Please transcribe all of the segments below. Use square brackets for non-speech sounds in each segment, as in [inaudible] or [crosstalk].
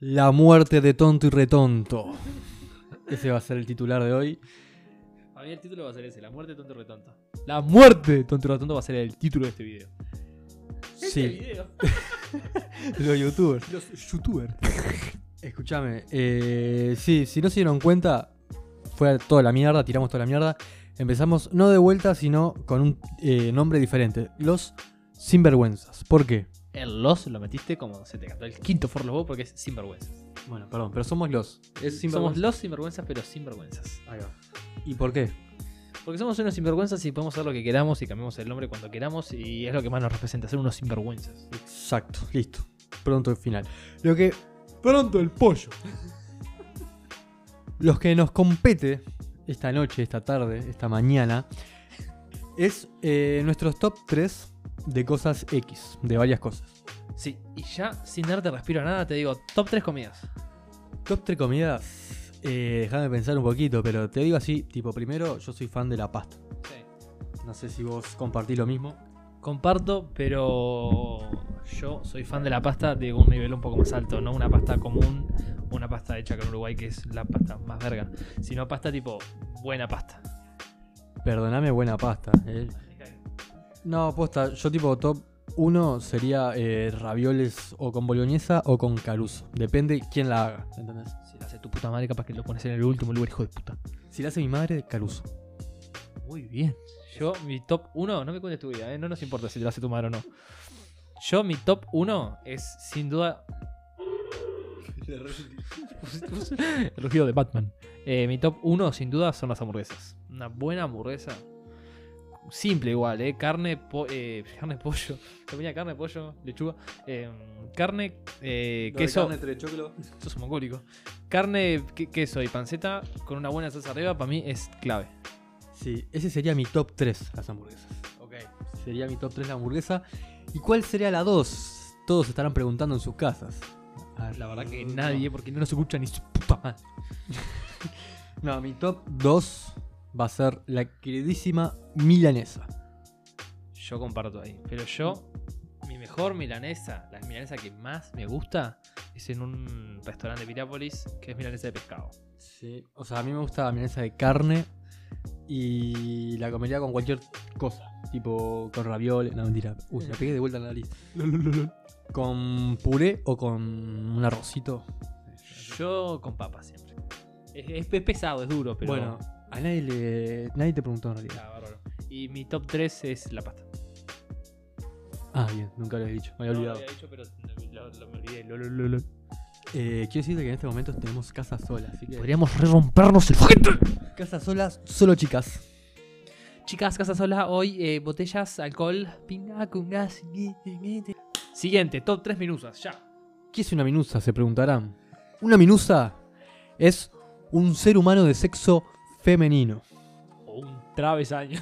La muerte de tonto y retonto. Ese va a ser el titular de hoy. Para mí el título va a ser ese, la muerte de tonto y retonto. La muerte de tonto y retonto va a ser el título de este video. Este Sí, video. los youtubers. [laughs] Los youtubers. Escúchame, eh, sí, si no se dieron cuenta, fue toda la mierda, tiramos toda la mierda. Empezamos no de vuelta, sino con un eh, nombre diferente. Los sinvergüenzas. ¿Por qué? El los lo metiste como se te cantó el quinto for los vos porque es sinvergüenzas. Bueno, perdón, pero somos los. Es Somos los sinvergüenzas, pero sinvergüenzas. ¿Y por qué? Porque somos unos sinvergüenzas y podemos hacer lo que queramos y cambiamos el nombre cuando queramos y es lo que más nos representa, ser unos sinvergüenzas. Exacto, listo. Pronto el final. Lo que. Pronto el pollo. Los que nos compete esta noche, esta tarde, esta mañana, es eh, nuestros top 3 de cosas X, de varias cosas. Sí, y ya sin darte respiro a nada te digo, top 3 comidas. Top 3 comidas, eh, déjame pensar un poquito, pero te digo así, tipo, primero, yo soy fan de la pasta. Sí. No sé si vos compartís lo mismo. Comparto, pero yo soy fan de la pasta de un nivel un poco más alto, no una pasta común, una pasta hecha acá en Uruguay que es la pasta más verga, sino pasta tipo buena pasta. Perdoname, buena pasta. eh. No, posta, yo tipo top 1 sería eh, ravioles o con boloñesa o con caruso. Depende quién la haga, ¿entendés? Si la hace tu puta madre, capaz que lo pones en el último lugar, hijo de puta. Si la hace mi madre, caruso. Eh, Muy bien. Yo, mi top 1, no me cuentes tu vida, ¿eh? no nos importa si te lo hace tu madre o no. Yo, mi top 1 es sin [laughs] duda. el rugido de Batman. Eh, mi top 1, sin duda, son las hamburguesas. Una buena hamburguesa. Simple igual, ¿eh? Carne, po- eh, [laughs] carne pollo. Comía carne, pollo, lechuga. Eh, carne, eh, queso. Eso es mongólico. Carne, que- queso y panceta con una buena salsa arriba, para mí es clave. Sí, ese sería mi top 3, las hamburguesas. Ok. Sería mi top 3 la hamburguesa. ¿Y cuál sería la 2? Todos estarán preguntando en sus casas. Mm, La verdad que nadie, porque no nos escucha ni su puta madre. [laughs] No, mi top 2 va a ser la queridísima milanesa. Yo comparto ahí. Pero yo, mi mejor milanesa, la milanesa que más me gusta, es en un restaurante de Pirápolis, que es milanesa de [laughs] pescado. Sí, o sea, a mí me gusta la milanesa de carne y la comería con cualquier cosa, tipo con ravioles, no mentira, uy, la pegué de vuelta en la nariz. con puré o con un arrocito. Yo con papas siempre. Es, es- es pesado, es duro, pero. Bueno, a nadie le nadie te preguntó en realidad. está bárbaro. Y mi top 3 es la pasta. Ah, bien, nunca lo he dicho, me había No lo olvidado. había dicho, pero lo, lo- me olvidé. Lo- lo- lo- lo. Eh, quiero decirte que en este momento tenemos casa sola, así que Podríamos re rompernos el foguete. casa sola solo chicas. Chicas, casa sola, hoy eh, botellas, alcohol, pinga, con gas. Siguiente, top 3 minusas, ya. ¿Qué es una minusa? Se preguntarán. Una minusa es un ser humano de sexo femenino. O un travesaño.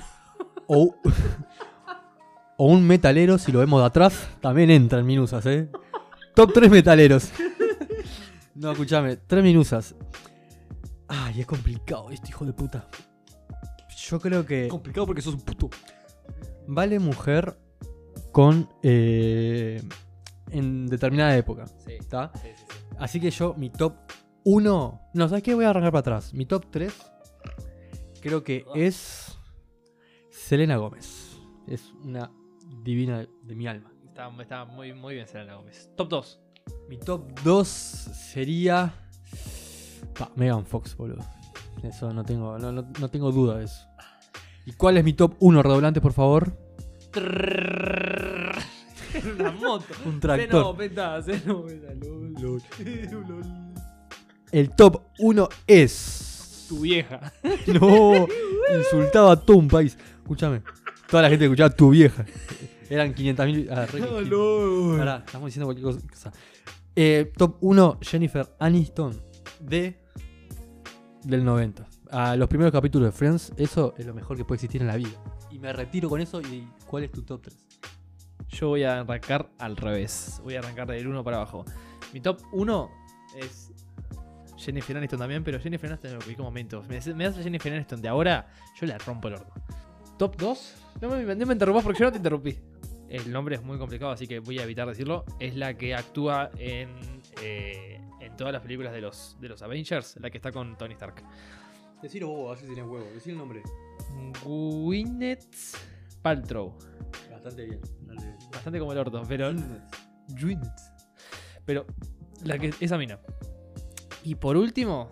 O, [laughs] o un metalero, si lo vemos de atrás, también entran minusas, ¿eh? Top 3 metaleros. [laughs] No, escúchame, 3 minusas. Ay, es complicado este hijo de puta. Yo creo que Complicado porque sos un puto. vale mujer con. eh, en determinada época, Sí, ¿está? sí, sí. Así que yo, mi top 1. No, ¿sabes qué? Voy a arrancar para atrás. Mi top 3 creo que es. Selena Gómez. Es una divina de, de mi alma. Está, está muy, muy bien Selena Gómez. Top 2. Mi top 2 sería. Pa, Megan Fox, boludo. Eso no tengo, no, no- no tengo duda de eso. ¿Y cuál es mi top 1? Redoblantes, por favor. [laughs] Una moto. Un Ceno, tractor. peta, ceno, peta, lol. Lol. El top 1 es. [laughs] Tu vieja. [laughs] [laughs] No, insultaba a todo un país. Escúchame, toda la gente escuchaba a tu vieja. Eran 500.000. ah, [laughs] re- Pará, estamos diciendo cualquier cosa. Eh, top 1, Jennifer Aniston de. del 90. A los primeros capítulos de Friends, eso es lo mejor que puede existir en la vida. Y me retiro con eso. ¿Y cuál es tu top 3? Yo voy a arrancar al revés. Voy a arrancar del 1 para abajo. Mi top 1 es Jennifer Aniston también, pero Jennifer Aniston en lo que como momentos. Me, me das a Jennifer Aniston de ahora, yo la rompo el horno. Top 2. No me, no me interrumpas porque yo no te interrumpí. el nombre es muy complicado, así que voy a evitar decirlo, es la que actúa en, eh, en todas las películas de los, de los Avengers, la que está con Tony Stark. Decilo vos, así tenés huevo. Decí el nombre. Gwyneth Paltrow. Bastante bien. Bastante bien. Bastante como el orto, pero... Gwyneth. Pero la que, esa mina. Y por último...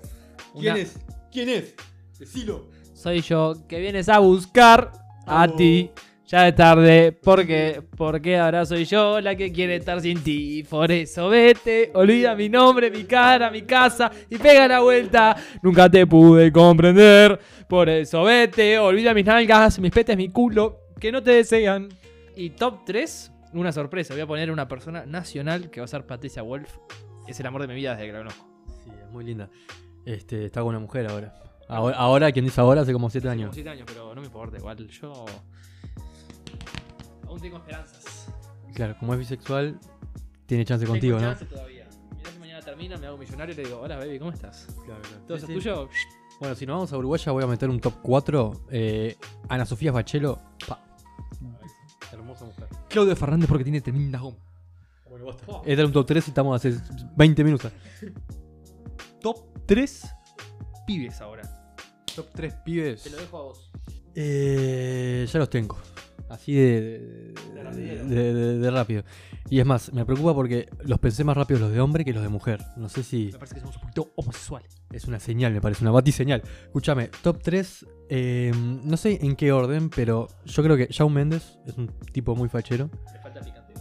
¿Quién una- es? ¿Quién es? Decilo. Soy yo que vienes a buscar a Oh. ti. Ya de tarde, porque, porque ahora soy yo la que quiere estar sin ti. Por eso vete, olvida mi nombre, mi cara, mi casa y pega la vuelta. Nunca te pude comprender. Por eso vete, olvida mis nalgas, mis petes, mi culo, que no te desean. Y top 3, una sorpresa. Voy a poner una persona nacional que va a ser Patricia Wolf. Es el amor de mi vida desde que la conozco. Sí, es muy linda. Este, está con una mujer ahora. Ahora, ahora quien dice ahora, hace como 7 Tengo años. 7 años, pero no me importa, igual yo. Aún tengo esperanzas. Claro, como es bisexual, tiene chance contigo, tengo ¿no? chance todavía. Mirá si mañana termina, me hago millonario y le digo, hola baby, ¿cómo estás? Claro, ¿Todo eso es tuyo? Bueno, si nos vamos a Uruguay, ya voy a meter un top 4. Eh, Ana Sofía Bachelo. Hermosa mujer. Claudio Fernández porque tiene tremendas gomas. Oh, Es dar un top 3 y estamos hace 20 [laughs] minutos. top 3. Pibes ahora. Top 3 pibes. Te lo dejo a vos. Eh, ya los tengo. Así de, De de, rapidero. de- de rápido. Y es más, me preocupa porque los pensé más rápido los de hombre que los de mujer. No sé si Me parece que somos un poquito homosexuales. es una señal, me parece, una batiseñal. Escúchame, top 3, no sé en qué orden, pero yo creo que Shawn Mendes es un tipo muy fachero. Me falta picante.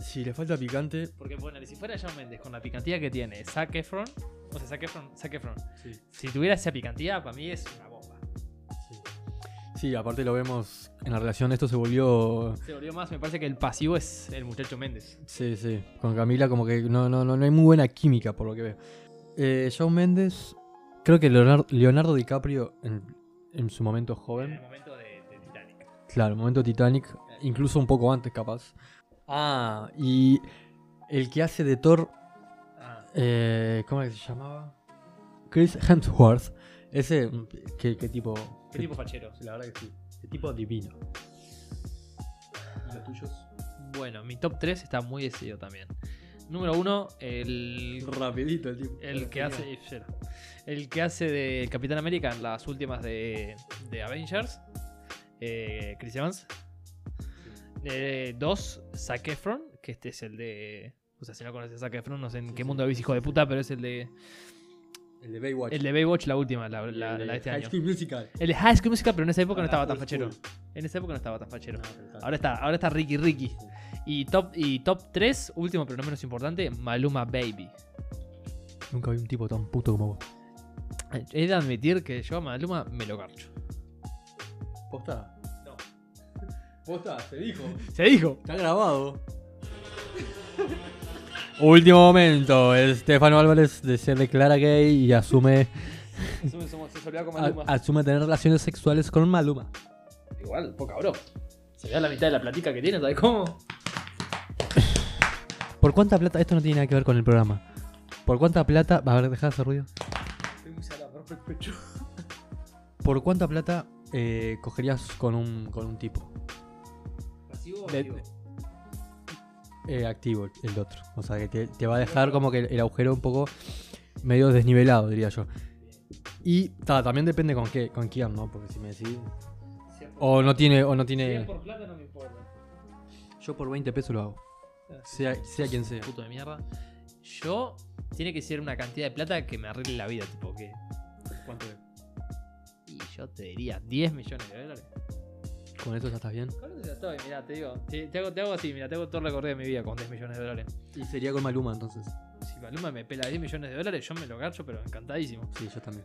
Si le falta picante, Porque bueno, si fuera Shawn Mendes con la picantía que tiene Zac Efron, o sea, Zac Efron, Zac Efron. Si tuviera esa picantía, para mí es una bomba. Sí. Sí, aparte lo vemos en la relación, esto se volvió... Se volvió más, me parece que el pasivo es el muchacho Méndez. Sí, sí, con Camila como que no, no, no, no hay muy buena química por lo que veo. Eh, Shawn Mendes, creo que Leonardo, Leonardo DiCaprio en, en su momento En el joven, momento de, de Titanic. claro, momento Titanic, incluso un poco antes capaz. Ah, y el que hace de Thor, Ah, eh, ¿cómo es que se llamaba? Chris Hemsworth, ese, mm, ¿qué, qué tipo? qué tipo fachero. La verdad que sí, qué tipo divino. ¿Y los tuyos? Bueno, mi top 3 está muy decidido también. Número 1, el, Rapidito el tipo. el que hace. El que hace de Capitán América en las últimas de, de Avengers. eh, Chris Evans. 2, Zac Efron, que este es el de. O sea, si no conoces a Zac Efron, no sé en Sí, qué sí. mundo vivís, hijo de puta, pero es el de. El de Baywatch. El de Baywatch, la última, la, la- El la de este High año. School Musical. Ah, El de High School Musical, pero en esa época no estaba tan Old fachero. school. En esa época no estaba tan fachero. No, pero ah, está- Ahora está, ahora está Ricky Ricky. Y top, y top 3, último pero no menos importante, Maluma Baby. Nunca vi un tipo tan puto como vos. He de admitir que yo a Maluma me lo garcho. ¿Posta? No. ¿Posta? Se dijo. [laughs] Se dijo. Está grabado. [laughs] Último momento. Estefano Álvarez de- se declara gay y asume, se olvidó con a- asume tener relaciones sexuales con Maluma. Igual, poca bro. Se vea la mitad de la platica que tiene, ¿sabes cómo? ¿Por cuánta plata? Esto no tiene nada que ver con el programa. ¿Por cuánta plata? A ver, deja ese ruido. Estoy muy salado, por el pecho. ¿Por cuánta plata eh, cogerías con un, con un tipo? ¿Pasivo o De- activo? Eh, activo el otro. O sea, que te, te va a dejar como que el, el agujero un poco medio desnivelado, diría yo. Y ta, también depende con qué, con quién, ¿no? Porque si me decís. Si es por- O no tiene, o no si es tiene. por plata no me importa. Yo por 20 pesos lo hago. Sea, sea quien sea. Puto de mierda. Yo, tiene que ser una cantidad de plata que me arregle la vida, tipo que... ¿Cuánto es? Y yo te diría 10 millones de dólares. Con eso ya estás bien. ¿Cuánto te gastó? Mirá, te digo. Te, te hago, te hago así, mira, te hago todo el recorrido de mi vida con 10 millones de dólares. Y sería con Maluma entonces. Si Maluma me pela 10 millones de dólares, yo me lo garcho, pero [laughs] encantadísimo. Sí, yo también.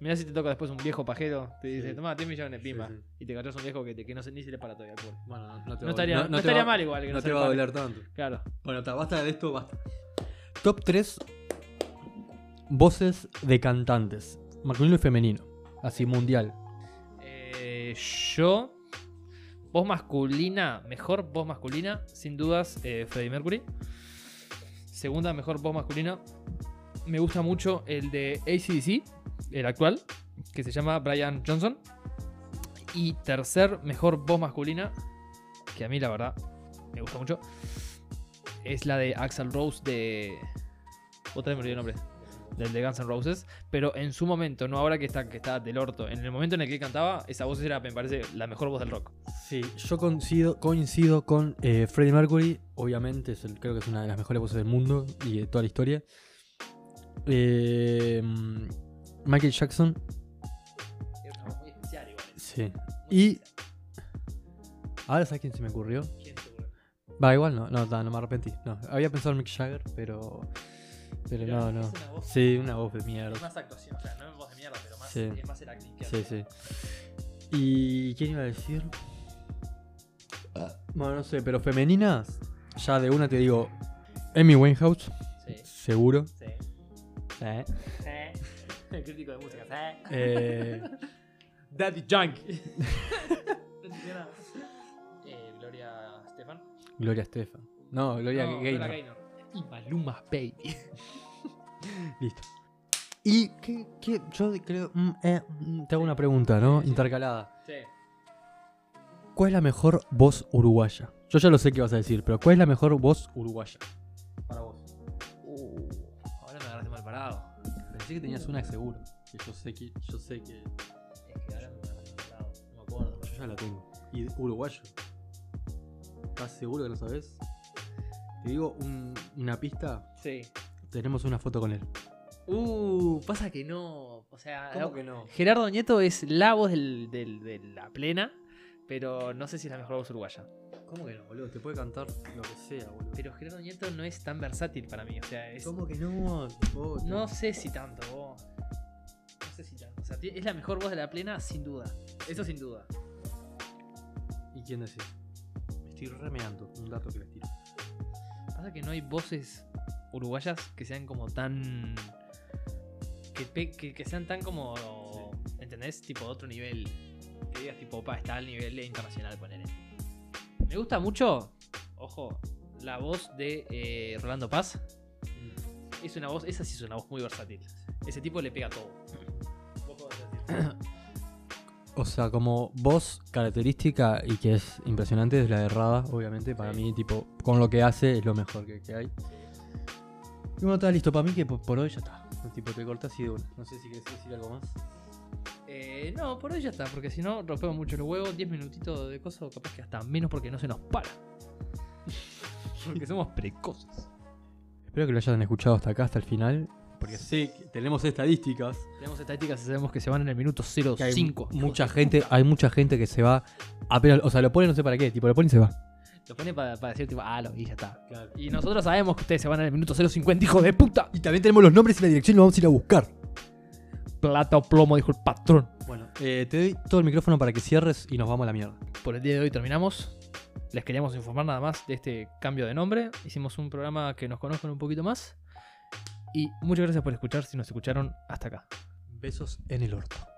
Mirá si te toca después un viejo pajero, te dice, Sí. toma 10 millones, pimba. sí. Y te garchas un viejo que, te- que no se, ni se le para todavía al pobre. Bueno, no te No estaría, no estaría mal igual. Que no, se le pare. tanto. Claro. Bueno, ta, basta de esto, basta. Top 3 voces de cantantes. Masculino y femenino. Así, mundial. Eh, yo, voz masculina, mejor voz masculina, sin dudas, eh, Freddie Mercury. Segunda mejor voz masculina, me gusta mucho el de ACDC, el actual, que se llama Brian Johnson. Y tercer mejor voz masculina, que a mí la verdad me gusta mucho es la de Axel Rose de. Otra vez me olvidé el nombre. Del de Guns N' Roses. Pero en su momento, no ahora que está, que está del orto. En el momento en el que cantaba, esa voz era, me parece, la mejor voz del rock. Sí, yo coincido, coincido con eh, Freddie Mercury. Obviamente, es el- creo que es una de las mejores voces del mundo y de toda la historia. Eh, mm, Michael Jackson, Era una voz muy especial igual. sí. Y. Ahora sabes quién se me ocurrió. ¿Quién te ocurre? Va, igual no, no, no, no me arrepentí. No, había pensado en Mick Jagger, pero. Pero no, no. Es una voz- Sí, una voz de mierda. es más actuación, o sea, no es voz de mierda, pero más, Sí. es más el acting que Sí, hace. sí. ¿Y quién iba a decir? Bueno, no sé, pero femeninas, ya de una te digo, Amy Winehouse, Sí, seguro. sí. [laughs] El crítico de música, sí. Eh, Daddy Junk. [laughs] eh, Gloria Stefan. Gloria Estefan. No, Gloria No, Gaynor. Gaynor. Y Maluma Baby. [laughs] Listo. ¿Y qué, qué- Yo creo... mm, eh, mm, te hago una pregunta, ¿no? Intercalada. Sí. ¿Cuál es la mejor voz uruguaya? Yo ya lo sé que vas a decir, pero ¿cuál es la mejor voz uruguaya? Para vos. Uh, ahora me agarraste mal parado. Pensé que tenías una seguro. Que yo sé que... Yo sé que... Es que ahora me agarraste mal parado. No me acuerdo. Yo ya la tengo. Y uruguayo. ¿Estás seguro que no sabes? Te digo un- una pista. Sí. Tenemos una foto con él. Uh, pasa que no. O sea, que no? Gerardo Nieto es la voz del- del- de la plena, pero no sé si es la mejor voz uruguaya. ¿Cómo que no, boludo? Te puede cantar lo que sea, boludo. Pero Gerardo Nieto no es tan versátil para mí. O sea, es, ¿Cómo que no? Vos, No te- sé si tanto, vos. No sé si tanto. O sea, ti- es la mejor voz de la plena, sin duda. Eso sin duda. ¿Y quién decís? Me estoy remeando. Un dato que les tiro. Pasa que no hay voces uruguayas que sean como tan. que, pe- que, que sean tan como. ¿Entendés? Tipo de otro nivel. Que digas, tipo, pa, está al nivel internacional, ponele. Me gusta mucho, ojo, la voz de eh, Rolando Paz. Es una voz, esa sí es una voz muy versátil. Ese tipo le pega a todo. O sea, como voz característica y que es impresionante es la de Rada, obviamente. Para Sí. mí, tipo, con lo que hace es lo mejor que, que hay. Y bueno, está listo. Para mí que por, por hoy ya está. Tipo, te cortas y de una. No sé si quieres decir algo más. Eh, no, por hoy ya está, porque si no, rompemos mucho el huevo. 10 minutitos de cosas, capaz que hasta menos porque no se nos para. [laughs] porque somos precoces. Espero que lo hayan escuchado hasta acá, hasta el final. Porque sé que tenemos estadísticas. Tenemos estadísticas y sabemos que se van en el minuto que hay 05. mucha gente, hay mucha gente que se va apenas, o sea, lo pone no sé para qué, tipo lo pone y se va. Lo pone para, para decir, tipo, ah, lo vi, ya está. Y nosotros sabemos que ustedes se van en el minuto 050, hijo de puta. Y también tenemos los nombres y la dirección y lo vamos a ir a buscar. Plata o plomo, dijo el patrón. Bueno, eh, te doy todo el micrófono para que cierres y nos vamos a la mierda. Por el día de hoy terminamos. Les queríamos informar nada más de este cambio de nombre. Hicimos un programa que nos conozcan un poquito más. Y muchas gracias por escuchar si nos escucharon hasta acá. Besos en el orto.